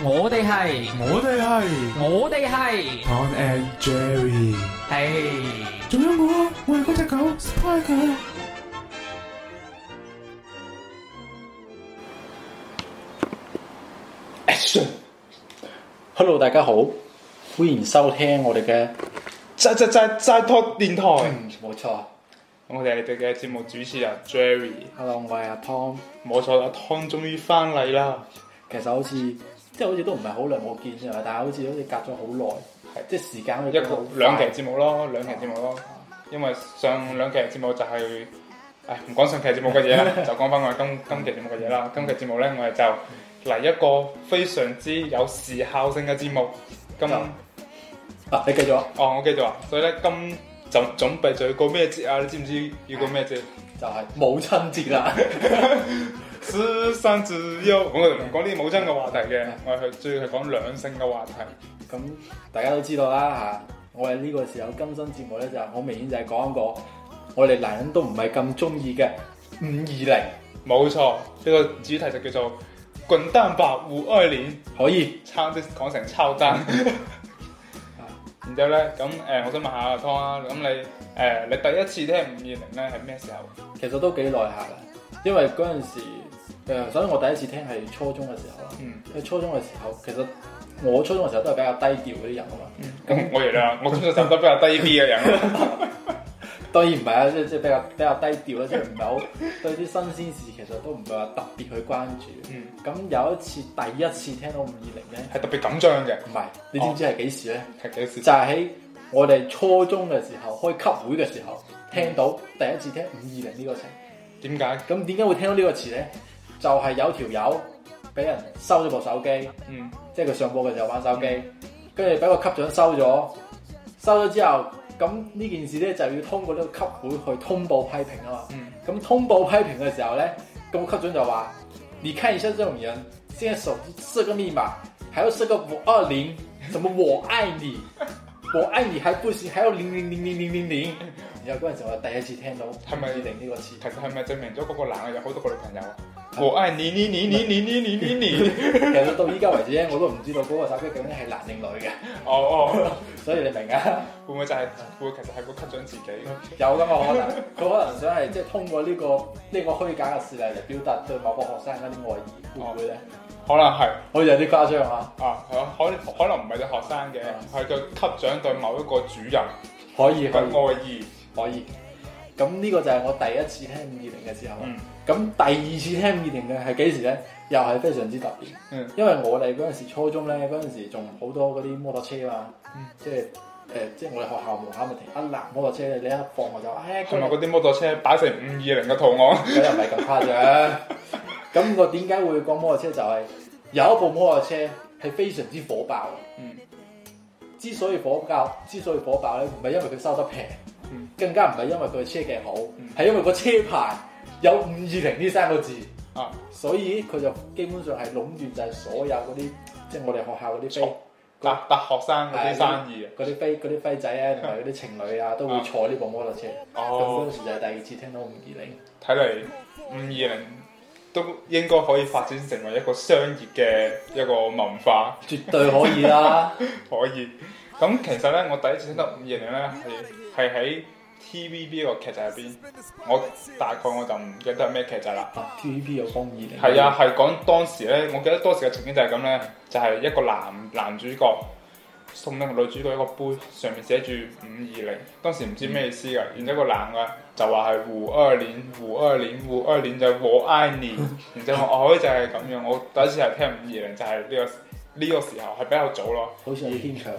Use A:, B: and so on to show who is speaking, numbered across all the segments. A: 我哋係，
B: 我哋係
A: 我哋係，
B: Tom and Jerry，
A: 係。
B: 仲有我，我係嗰只狗 Spy 狗。
C: Hello，大家好，歡迎收聽我哋嘅，
B: 齋齋齋齋托電台，
C: 嗯冇錯
B: 嗯我哋係你哋嘅節目主持人 Jerry，
C: ，Hello，我係阿 Tom。
B: 冇錯啦，湯終於翻嚟啦，
C: 其實好似即係好似都唔係好耐冇見啫嘛，但係好似好似隔咗好耐，即係時間好
B: 一
C: 似
B: 個
C: 好快
B: 兩期節目咯，兩期節目咯，因為上兩期節目就係、唉唔講上期節目嘅嘢啦， 就講翻我哋今今期節目嘅嘢啦。今期節目咧，我哋就嚟一個非常之有時效性嘅節目。咁
C: 就啊！你繼續
B: 哦，我繼續啊，所以咧今就準備就要過咩節啊？你知唔知要過咩節？
C: 就係母親節啦，
B: 世上只有我哋唔講呢啲母親嘅話題嘅，我哋去主要係講兩性嘅話題。
C: 咁大家都知道啦嚇。我哋呢個時候更新節目咧，就係好明顯就係講一個我哋男人都唔係咁中意嘅五二零，
B: 冇錯，呢、個主題就叫做滾蛋吧五二零，
C: 可以
B: 抄即講成抄單。然之後咧，咁誒、我想問下阿湯啊，咁你誒、你第一次聽五二零咧係咩時候？
C: 其實都幾耐下啦，因為嗰陣時誒，所以我第一次聽係初中嘅時候啦。
B: 嗯，
C: 喺初中嘅時候，其實我初中嘅時候都係比較低調嗰啲人啊嘛。
B: 咁我而家我通常就都比較低 B 嘅人，
C: 當然唔係啊，即即係比較比較低調啦，即係唔係好 對啲新鮮事其實都唔係話特別去關注。
B: 嗯，
C: 咁有一次第一次聽到五二零咧，
B: 係特別緊張嘅，
C: 唔係你知唔知係幾時咧？
B: 係幾時
C: 就？係喺我哋初中嘅時候開級會嘅時候聽到第一次聽五二零呢個詞。
B: 點解？
C: 咁點解會聽到呢個詞咧？就係、有條友俾人收咗部手機。
B: 嗯，
C: 即係佢上課嘅時候玩手機，跟住俾個級長收咗，收咗之後，咁呢件事咧就要通過呢個級會去通報批評啊嘛。
B: 嗯
C: 咁通報批評嘅時候咧，咁個級長就話：你看一下這種人，現在手機設個密碼，還要設個五二零，什麼我愛你， 我愛你還不行，還要零零零零零零零。然後嗰陣時我第一次聽到
B: 係咪
C: 五二零呢個詞，
B: 其實係咪證明咗嗰個男嘅有好多個女朋友啊？我愛你你你你你你你你你，
C: 其實到依家為止咧，我都唔知道嗰個手機究竟係男定女嘅，
B: 哦哦，
C: 所以你明啊？
B: 會唔會就係會其實係會吸獎自 己？
C: 有咁嘅可能，佢可能想係即係通過呢、個呢、個虛假嘅事例嚟表達對某個學生嗰啲愛意，會唔會咧？
B: 可能係。
C: 好似有啲誇張啊！
B: 啊，可可可能唔係對學生嘅
C: 啊，
B: 係對級長對某一個主任
C: 可以，
B: 嘅
C: 可以，
B: 愛意。
C: 可以。咁呢個就係我第一次聽五二零嘅時候啦。啊
B: 嗯
C: 咁、第二次聽五二零嘅係幾時咧？又係非常之特別，
B: 嗯
C: 因為我哋嗰陣時初中咧，嗰陣時仲好多嗰啲摩托車嘛，
B: 嗯
C: 即係誒、即係我哋學校門口咪停一攔摩托車，你一放我就哎唉，
B: 係咪嗰啲摩托車擺成五二零嘅圖案？
C: 咁又唔係咁誇張。咁我點解會講摩托車就係、有一部摩托車係非常之火爆嘅。
B: 嗯
C: 之所以火爆，之所以火爆咧，唔係因為佢收得平，
B: 嗯
C: 更加唔係因為佢車技好，
B: 嗯
C: 係、因為個車牌有五二零呢三個字，
B: 啊，
C: 所以佢就基本上係壟斷就係所有嗰啲，即係我哋學校嗰啲飛
B: 錯搭搭學生嗰啲生意啊。嗯
C: 嗰啲飛嗰啲飛仔啊，同埋嗰啲情侶啊，都會坐呢部摩托車。咁嗰
B: 哦，
C: 陣時就係第二次聽到五二零。
B: 睇嚟五二零都應該可以發展成為一個商業嘅一個文化。
C: 絕對可以啦，
B: 可以。咁其實咧，我第一次聽到五二零咧，係係喺 TVB 個劇集入邊，我大概我就唔記得係咩劇集啦。
C: 啊 TVB 有講五二零，
B: 係啊，係講當時咧，我記得當時嘅情景就係咁咧，就係、一個男男主角送咗個女主角一個杯，上面寫住五二零，當時唔知咩意思
C: 嗯
B: 㗎。然之後個男嘅就話係胡二年，胡二年，胡二年就我愛你。
C: 嗯
B: 然之後我哦就係咁樣，我 第一次係聽五二零，就係呢、個呢、個時候係比較早咯。
C: 好似有啲牽強喎。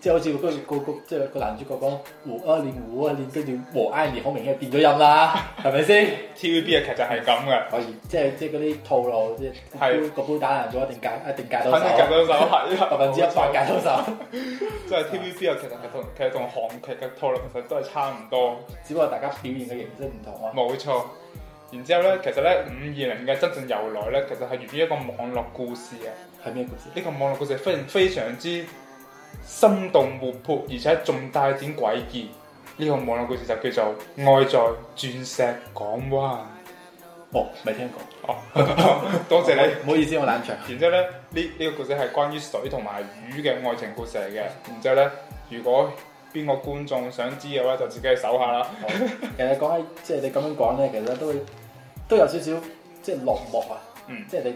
C: 即係好似個個個即係個男主角講胡愛念胡愛啊念，跟住和愛念好明顯係變咗音 啦，係咪先？
B: TVB 嘅劇集係咁嘅，
C: 可以，即係即係嗰啲套路，即係個
B: 係
C: 杯個杯打爛咗，一定戒一定戒到
B: 肯定夾
C: 手，
B: 到手係啊
C: 百分之一百戒到手。
B: 即係 TVB 嘅劇集係同其實同韓劇嘅套路其實都係差唔多。
C: 只不過大家表現嘅形式唔同啊。
B: 冇錯。然之後咧，其實咧五二零嘅真正由來咧，其實係源於一個網絡故事嘅。呢、
C: 係咩故事？
B: 個網絡故事非常非常之生動活潑，而且仲帶點詭異。呢、個網絡故事就叫做《愛在鑽石港灣》。
C: 哦，未聽過，
B: 哦，多謝你。
C: 唔好意思，我冷場。
B: 然之後咧，呢呢、個故事係關於水同埋魚嘅愛情故事嚟嘅。然之後咧，如果邊個觀眾想知嘅話，就自己去搜下啦。
C: 其實講起即係你咁樣講咧，其實都會都有少少即係落寞啊！
B: 嗯
C: 即係你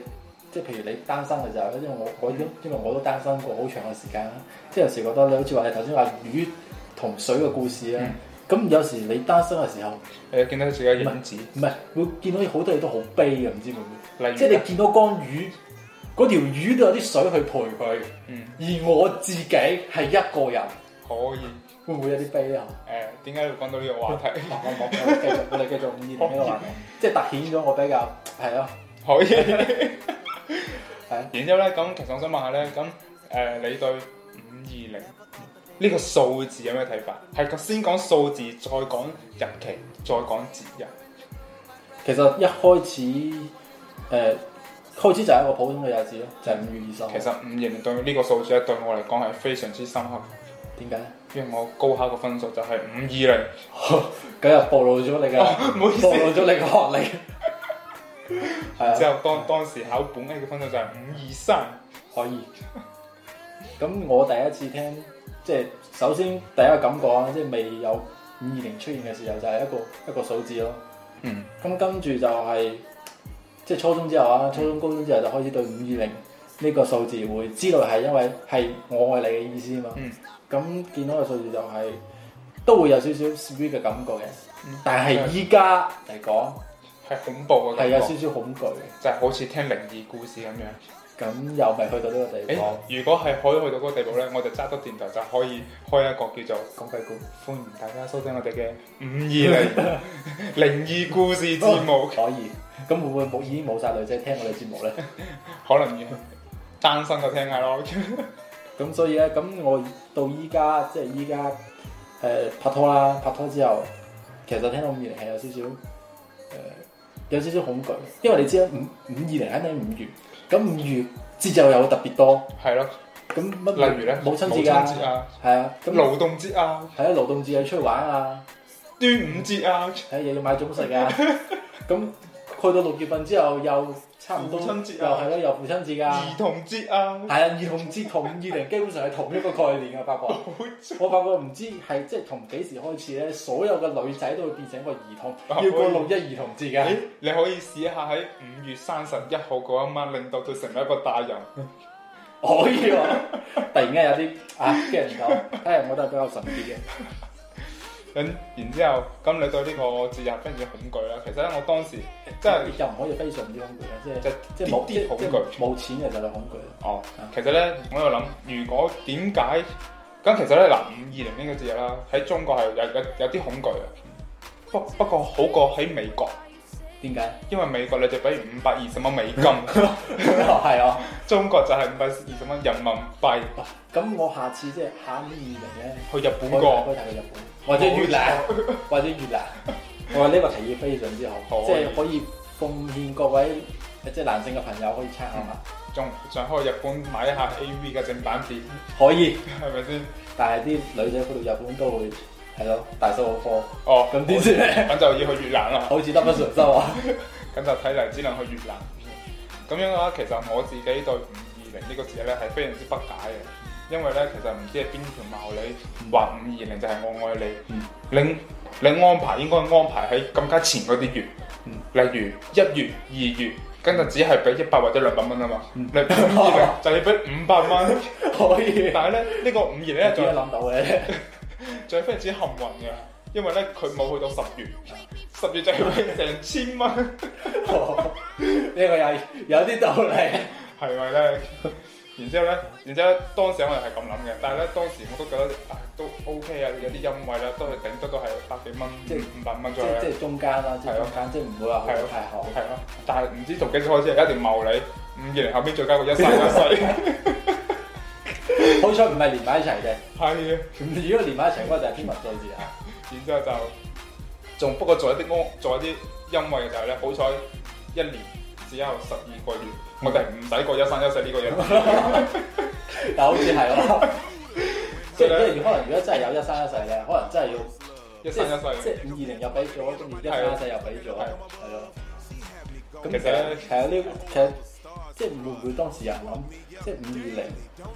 C: 即係譬如你單身嘅時候，因為我我已經因為我都單身過好長嘅時間啦，即係有時覺得你好似話你頭先話魚同水嘅故事
B: 嗯
C: 啊，咁、有時你單身嘅時候，
B: 你見到自己嘅影子，
C: 唔係會見到好多嘢都好悲嘅，唔知會唔
B: 例
C: 會？
B: 如
C: 即係
B: 咧
C: 你見到缸魚，嗰條魚都有啲水去陪佢，
B: 嗯，
C: 而我自己係一個人，
B: 可以。
C: 會唔會有啲悲啊咧？
B: 誒，點解要講到呢個話題？
C: 我冇，我哋繼續，我哋繼續唔熱呢個話題，即係凸顯咗我比較係咯，
B: 可以。
C: 係啊
B: 然之後咧，咁其實我想問下咧，咁誒、你對五二零呢個數字有咩睇法？係個先講數字，再講日期，再講節日。
C: 其實一開始誒、呃、開始就係一個普通嘅日子咯，就係、五月二十號。
B: 其實五二零對呢個數字咧，對我嚟講係非常之深刻，
C: 點解咧？
B: 因為我高考嘅分數就係五二零。
C: 咁又暴露咗你嘅，
B: 唔好意思
C: 暴露咗你嘅學歷。係啊，
B: 之後當當時考本 A 嘅分數就係五二三。
C: 可以。咁我第一次聽，即係首先第一個感覺啊，即係未有五二零出現嘅時候，就係、一個一個數字咯。
B: 嗯，
C: 咁跟住就係、即係初中之後啊，初中、高中之後就開始對五二零呢個數字會知道係因為係我愛你嘅意思嘛。
B: 嗯
C: 咁、見到個數字就係、都會有少少 sweet 嘅感覺嘅，
B: 嗯
C: 但係依家嚟講
B: 係恐怖嘅
C: 係啊
B: 感
C: 有
B: 覺，
C: 少少恐懼嘅，
B: 就係好似聽靈異故事咁樣。
C: 咁又未去到呢個地
B: 誒、
C: 步。
B: 如果係可以去到嗰個地步咧，我就揸到電台就可以開一個叫做
C: 講鬼故，
B: 歡迎大家收聽我哋嘅五二零 靈異故事節目，
C: 哦可以，咁會唔會冇已經冇晒女仔聽我哋節目咧？
B: 可能要單身嘅聽下咯。
C: 咁所以咧，咁我到依家即係依家誒拍拖啦，拍拖之後，其實聽到五二零係有少少誒、呃有少少恐懼，因為你知啦，五五二零肯定五月，咁五月節日又特別多，
B: 係咯，
C: 咁乜
B: 例如咧
C: 母親
B: 母
C: 節
B: 親
C: 啊，
B: 節啊，
C: 係啊，咁係啊
B: 勞動節啊，
C: 勞動節又出去玩啊，
B: 端午節啊，
C: 係又要買粽食 啊，咁去到六月份之後又差唔多，
B: 父親節
C: 又
B: 啊
C: 係咯，又父親節㗎。
B: 兒童節啊，
C: 係啊，兒童節同五二零基本上係同一個概念啊，發 覺。我發覺唔知係即係從幾時開始咧，所有嘅女仔都會變成一個兒童，
B: 啊
C: 要過六一兒童節
B: 誒
C: 嘅。
B: 你可以試一下喺五月三十一號嗰一晚，令到佢成為一個大人。
C: 可以喎，突然間有啲啊 get 唔到，唉，我覺得比較神啲嘅。
B: 咁然之後，咁你對呢個節日非常之恐懼啦。其實咧，我當時真係
C: 又唔可以非常之恐懼嘅，即係
B: 就
C: 即係
B: 啲
C: 冇
B: 啲
C: 即係
B: 恐
C: 即係
B: 懼
C: 冇錢嘅就係恐懼啦。
B: 哦，其實咧，我喺度諗，如果點解咁其實咧嗱，五二零呢個節日啦，喺中國係有有有啲恐懼嘅，不不過好過喺美國，
C: 點解？
B: 因為美國你就俾五百二十蚊美 金，
C: 係啊，
B: 中國就係五百二十蚊人民幣
C: 咁我下次即係下年二零咧，
B: 去日本
C: 我
B: 過，
C: 可以睇去日本，或者越南。或者越南。 我話呢個提議非常之好，即
B: 可以
C: 係可以奉獻各位即係男性嘅朋友可以參考下。
B: 仲想去日本買一下 A V 嘅正版碟，
C: 可以，
B: 係咪先？
C: 但係啲女仔去到日本都會係咯大手好科，
B: 哦，
C: 咁點算咧？
B: 咁就要去越南啦。
C: 好似得不償失啊！
B: 咁就睇嚟只能去越南。咁樣嘅話，其實我自己對五二零呢個節日咧係非常之不解嘅，因為咧其實唔知係邊條茂利話五二零就係我愛你，
C: 嗯
B: 你你安排應該安排喺更加前嗰啲月，
C: 嗯
B: 例如一月、二月，跟住只係俾一百或者兩百蚊啊嘛，
C: 嗯
B: 你 五二零就要俾五百蚊，
C: 可以，
B: 但係咧呢、個五二零
C: 點
B: 咧
C: 解
B: 仲
C: 諗到嘅咧？
B: 仲係非常之幸運嘅，因為咧佢冇去到十月，十月就要俾成千蚊。
C: 呢個有有啲道理。
B: 係咪咧？然之後咧，然之後咧當時我哋係咁諗嘅，但係咧當時我都覺得啊都 OK 啊，有啲欣慰啦，都係頂多都係百幾蚊，
C: 即係
B: 五百蚊
C: 即
B: 左右啦，
C: 即係中間啦，即係
B: 係咯
C: 中間，即係唔會話去得太好。
B: 係咯。但係唔知從幾時開始一定茂利，五二零後邊再加個一三一四，
C: 好彩唔係連埋一齊嘅，
B: 係啊。
C: 如果連埋一齊嗰個就係天文數字啊！
B: 然之後就仲不過做一啲安，做一啲欣慰嘅就係咧，好彩一年只有十二個月，我哋唔使過一三一四呢個嘢。
C: 但好似係 喎，即係即係可能如果真係有一生一世咧，可能真係要。
B: 一三一四啊
C: 即係五二零又俾咗，跟住一三一四又俾咗，係咯。咁
B: 其
C: 其
B: 實
C: 實係呢，其實即係會唔會當時有人諗，即係五二零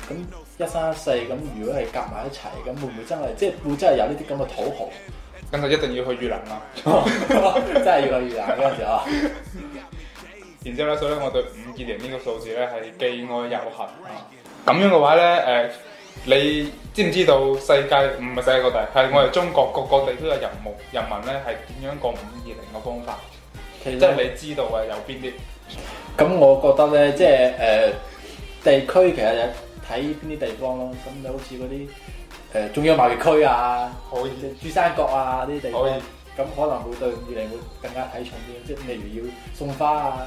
C: 咁一三一四咁，如果係夾埋一齊，咁會唔會真係即係會真係有呢啲咁嘅土豪？
B: 咁就一定要去越南啦。
C: 真係要去越南嗰陣時啊！
B: 然之後咧，所以咧，我對五二零呢個數字咧係既愛又恨啊。咁樣嘅話咧，誒、你知唔知道世界唔係世界各地，係我哋中國各個地區嘅人民人民咧係點樣過五二零嘅方法？
C: 其
B: 即
C: 實
B: 係你知道啊嘅有邊啲？
C: 咁，我覺得咧，即係誒、呃地區其實有睇邊啲地方咯。咁你好似嗰啲誒中央貿易區啊、
B: 可以
C: 珠三角啊呢啲地方，
B: 可以
C: 咁可能會對五二零會更加睇重啲。即係例如要送花啊、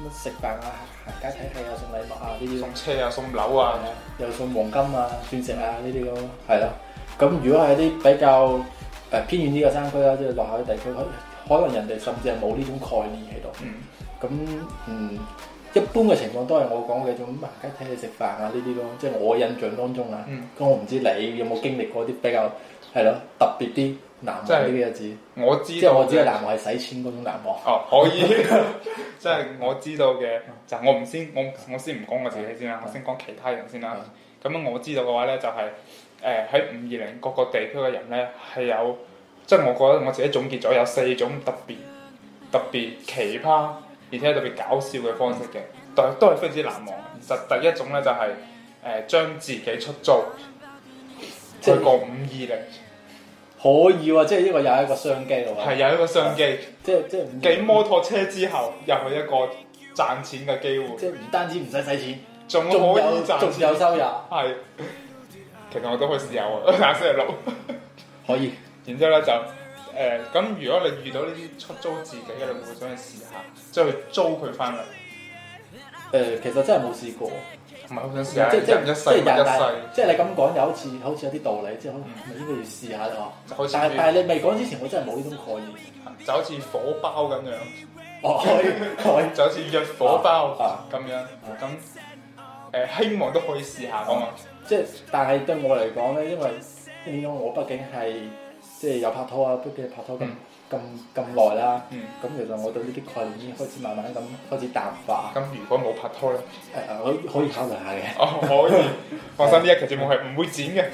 C: 咁食飯啊、行街睇戲啊、送禮物啊呢啲咯。
B: 送車啊，送樓啊，
C: 又送黃金啊、鑽石啊呢啲咯，係咯。咁如果係啲比較誒、呃偏遠啲嘅山區啦，即係落後啲地區，可可能人哋甚至係冇呢種概念喺度。
B: 嗯，
C: 咁嗯，一般嘅情況都係我講嘅種行街睇戲食飯啊呢啲咯，即係我印象當中啊。
B: 嗯
C: 咁我唔知你有冇經歷過啲比較係咯特別啲難忘
B: 即係
C: 啲嘅日子，
B: 我知
C: 即係
B: 道
C: 我啊只係
B: 嘅
C: 難忘係使錢嗰種難忘。
B: 哦，可以， 即係我知道嘅，就我唔先，我我先唔講我自己
C: 嗯
B: 先啦，我先講其他人先啦。咁樣我知道嘅話咧，就係誒喺五二零各個地區嘅人咧係有，即係我覺得我自己總結咗有四種特別特別奇葩，而且特別搞笑嘅方式嘅，但係都係非常之難忘。就第一種咧就係、誒、將自己出租，
C: 即
B: 去
C: 係
B: 過五二
C: 可以喎、即係呢個又係一個商機嚟
B: 零
C: 喎。
B: 係啊有一個商機，
C: 即係即係
B: 繼摩托車之後又係一個賺錢嘅機會。
C: 即係唔單止唔使使錢。
B: 仲可
C: 仲
B: 以
C: 有
B: 賺
C: 仲
B: 錢，
C: 有收入，
B: 係。其實我都可以試下喎， 下星期六。
C: 可以
B: 然之後咧就誒，呃咁、如果你遇到呢啲出租自己嘅，你會唔會想去試下，即係去租佢翻嚟？
C: 誒、其實真係冇試過，
B: 唔係好想試
C: 即
B: 下，
C: 係即係
B: 人一世
C: 即係
B: 物
C: 人
B: 一
C: 大
B: 世，，
C: 即係你咁講有好似好似有啲道理，即係可能你應該要試下咯。
B: 就好似
C: 但係但係你未講之前，我真係冇呢種概念。
B: 就好似火包咁樣，
C: 哦，可以 可以，
B: 就好似約火包
C: 啊
B: 咁樣。咁誒、呃希望都可以試下咁啊！
C: 即係但係對我嚟講咧，因為即係點講，我畢竟係即係有拍拖啊，畢竟拍拖咁
B: 嗯
C: 咁咁耐啦。
B: 嗯，
C: 咁其實我對呢啲概念已經開始慢慢咁開始淡化，
B: 咁如果冇拍拖咧，
C: 誒、可以可以考慮下嘅，
B: 哦可以， 放心呢一期節目係唔會剪嘅。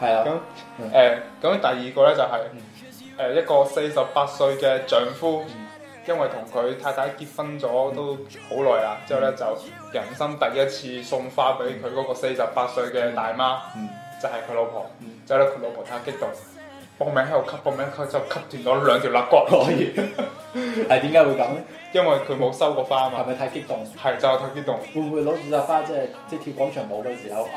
C: 係啊，
B: 咁誒，咁第二個咧就係、誒一個四十八歲嘅丈夫，因為同佢太太結婚
C: 嗯
B: 咗都好耐啦，之後咧就人生第一次送花俾佢嗰個四十八歲嘅大媽，
C: 嗯
B: 就係佢老婆
C: 嗯。
B: 之後咧佢老婆太激動，報名喺度吸，報名佢就吸斷咗兩條肋骨，
C: 可以。係點解會咁咧？
B: 因為佢冇收過花啊
C: 係
B: 嘛。
C: 咪太激動？
B: 係就係太激動，
C: 會唔會攞住扎花即係即係跳廣場舞嘅時候啊？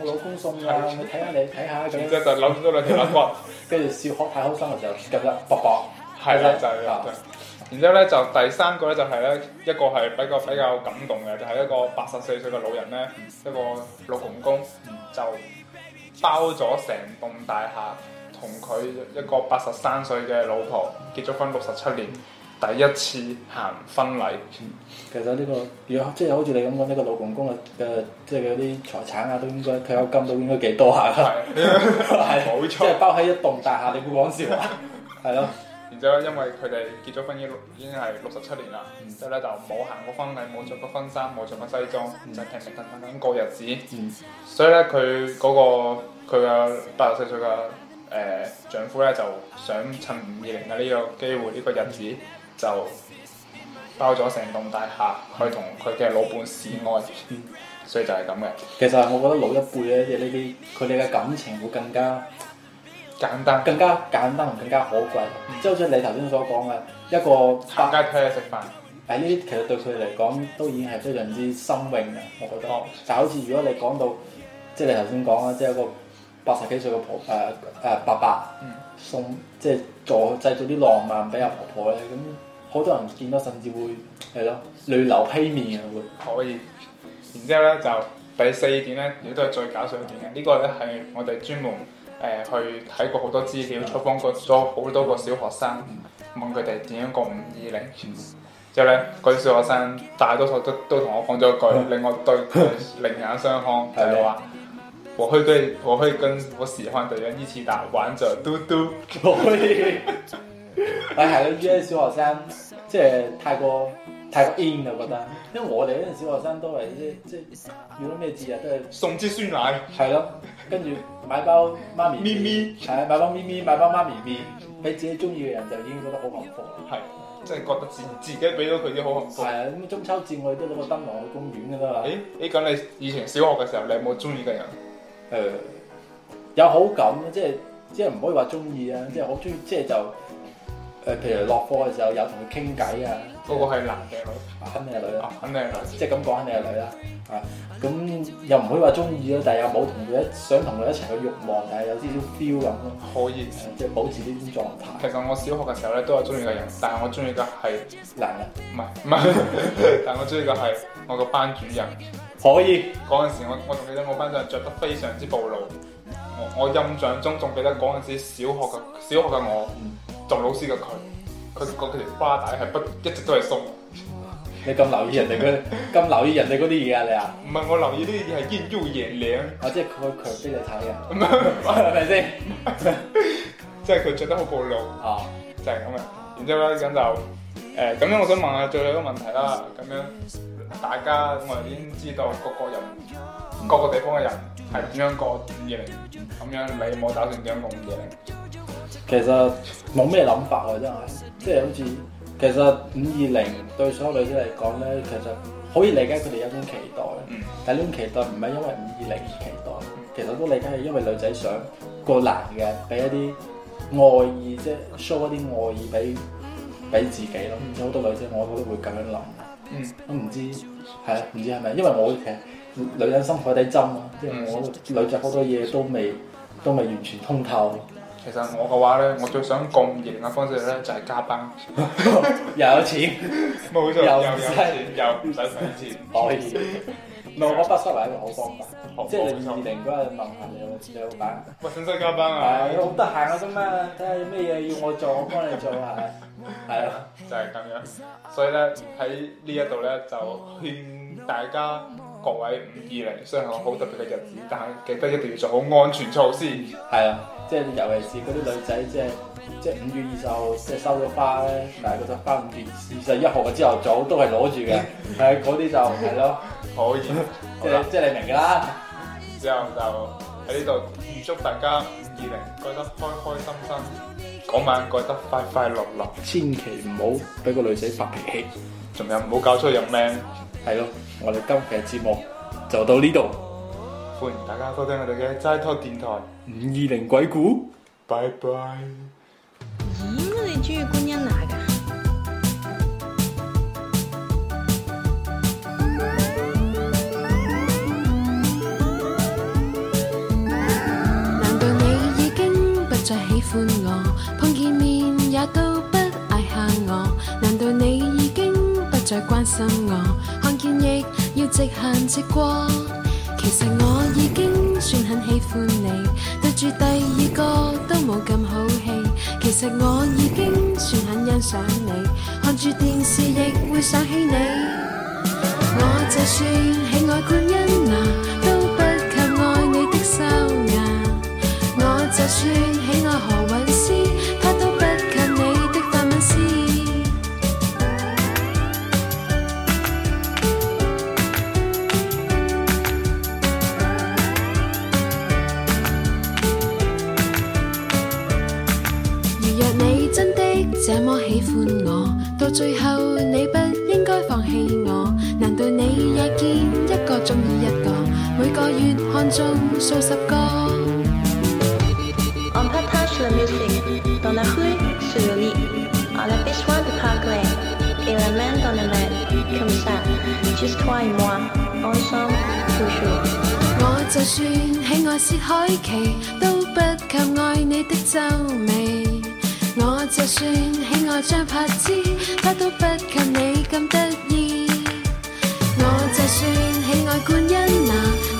C: 我老公送㗎，我睇下你睇下
B: 然之
C: 咁，
B: 後就扭斷咗兩條肋骨。
C: 跟住笑學太開心嘅時候咁樣搏搏，
B: 係啦，就係
C: 係
B: 啦
C: 啦。
B: 然之後咧就第三個咧就係咧一個係比較比較感動嘅，就係、一個八十四歲嘅老人咧，一個老公公就包咗成棟大廈，同佢一個八十三歲嘅老婆結咗婚六十七年，第一次行婚禮。
C: 其實呢個如果即係好似你咁講，呢個老公公嘅嘅啊呃即係嗰啲財產啊，都應該退休金都應該幾多下啦，
B: 係，
C: 係
B: 冇錯
C: 即係包喺一棟大廈，你會講笑啊？係咯，
B: 然之後咧，因為佢哋結咗婚已經六已經係六十七年啦，之後咧就冇行過婚禮，冇着過婚紗，冇着過西裝，就平平淡淡咁過日子。
C: 嗯，
B: 所以咧，佢嗰、個佢嘅八十四歲嘅誒、呃丈夫咧，就想趁五二零嘅呢個機會，呢、個日子就包咗成棟大廈去同佢嘅老伴示愛，所以就係咁嘅
C: 其實我覺得老一輩咧，即係呢啲佢哋嘅感情會更加。
B: 簡單。
C: 更加簡單，更加可貴。即係好似你頭先所講嘅一個八
B: 行街睇嘢食飯，
C: 誒呢啲其實對佢嚟講都已經係非常之心穎嘅，我覺得
B: 哦。
C: 但係好似如果你講到，即係你頭先講啊啦，即係一個八十幾歲嘅婆誒誒、呃伯伯
B: 嗯
C: 送，即係做製造啲浪漫俾阿婆婆咧，咁好多人見到甚至會係咯淚流披面嘅會。
B: 可以。然之後咧就第四點咧，亦都係最搞笑一點嘅。呢、個咧係我哋專門誒、呃去睇過好多資料，採訪過咗好多個小學生，問佢哋點樣過五二零。之後咧，嗰啲小學生大多數都都同我講咗一句，令我對佢另眼相看，就係話。我會對我會跟我喜歡的人一起打玩着嘟嘟，
C: 哎所以，誒係咯，呢啲小學生即係太過太過 in 啊，覺得。因為我哋嗰陣小學生都係即即遇到咩節日都係
B: 送支酸奶，
C: 係咯，跟住買包媽咪
B: 咪咪
C: 係買包咪咪，買包媽咪面，俾自己中意嘅人就已經覺得好幸福啦。
B: 係即係覺得自自己俾到佢啲好幸福
C: 係。啊，咁中秋節我哋都攞個燈籠去公園㗎啦嘛。
B: 誒誒，哎咁你以前小學嘅時候，你有冇中意嘅人？
C: 誒、有好感，啊即係即係唔可以話中意啊，即係好中意，即係就誒、譬如落課嘅時候有同佢傾偈啊，
B: 嗰個係男定女？
C: 啊肯定係女啦，
B: 啊，肯定係女。
C: 即係咁講肯定係女啦，啊咁又唔可以話中意啊咯，但係又冇同佢一想同佢一齊嘅慾望，但係有少少 feel 咁咯，啊
B: 可以。
C: 即係保持呢種狀態
B: 其實我小學嘅時候咧都有中意嘅人，但係我中意嘅係
C: 難啊，
B: 唔係唔係，但係 我中意嘅係我個班主任。
C: 可以
B: 嗰陣時我我仲記得我班主任着得非常之暴露。我我印象中仲記得嗰陣時小學嘅小學嘅我
C: 嗯，
B: 做老師嘅佢，佢嗰條花帶係不一直都係鬆。
C: 你咁留意人哋嗰咁留意人哋嗰啲嘢啊你啊，
B: 唔係我留意呢啲嘢係煙腰夜領，
C: 啊即係佢佢俾你睇啊，係咪先
B: 即係佢着得好暴露。
C: 啊？
B: 就係咁嘅。然之後咧，咁就誒咁樣，我想問下最後一個問題啦。咁樣大家我已經知道各個人、各個地方嘅人係點樣過五二零，咁樣你冇打算點樣過五二零？
C: 其實冇咩諗法喎，真係，即係好似其實五二零對所有女仔嚟講咧，其實可以理解佢哋有種期待，
B: 嗯
C: 但係呢種期待唔係因為五二零而期待，其實都理解係因為女仔想個男嘅俾一啲愛意，即係 show 一啲愛意俾俾自己咯。有好多女仔我都會咁樣諗，
B: 嗯，
C: 都唔知係啊，唔知係咪？因為我其實女人心海底針啊，即係我女仔好多嘢都未都未完全通透。
B: 其實我嘅話咧，我最想過五二零嘅方式咧就係加班，
C: 又有錢
B: 冇錯，又
C: 又
B: 有
C: 唔使
B: 錢，又唔使使錢，
C: 可以，唔係我覺得不失為一個好方法，
B: 好
C: 即係你
B: 好
C: 二零嗰日問下你老你老闆，
B: 喂，使唔使加班啊？
C: 係好得閒啊啫嘛，睇下有咩嘢要我做，我幫你做下，係啊，
B: 就係咁樣。所以咧喺呢一度咧就勸大家各位五二零，雖然係個好特別嘅日子，但係記得一定要做好安全措施。
C: 係啊，即係尤其是嗰啲女仔，即係即係五月二十號即係收咗花咧，但係嗰朵花五月二十一號嘅朝頭早都係攞住嘅，係嗰啲就係咯，
B: 可以，好
C: 即
B: 啦
C: 係，即係你明㗎啦，
B: 之後就喺呢度預祝大家五二零過得開開心心，嗰晚過得快快樂樂，
C: 千祈唔好俾個女仔發脾氣，
B: 仲有唔好搞出人命。
C: 係咯，我哋今期嘅節目就到呢度，
B: 歡迎大家收聽我哋嘅齋拖電台，
C: 五二零鬼故。
B: 拜拜。
D: 咦，你中意觀音奶㗎？
E: 難道你已經不再喜歡我？碰見面也都不嗌下我。難道你已經不再關心我？看見亦要直行直過。其實我已經算很喜歡你，對住第二個都冇咁好戲。其實我已經算很欣賞你，看住電視亦會想起你。我就算喜愛觀音娜，都不及愛你的修顏。我就算喜愛何韻詩，她都不及你的法文詩。如若你真的這麼喜歡我，到最後你不應該放棄我。難道你也見一個中意一個，每個月看中數十個？
F: On partage la musique. Dans la rue, sur le lit. On a besoin de parler. Et la main dans la main. Comme ça. Juste toi et moi. Ensemble, toujours.
E: 我就算喜愛薛凱琪，都不及愛你的皺眉。我就算喜愛張柏芝，她都不及你咁得意。我就算喜愛冠恩娜，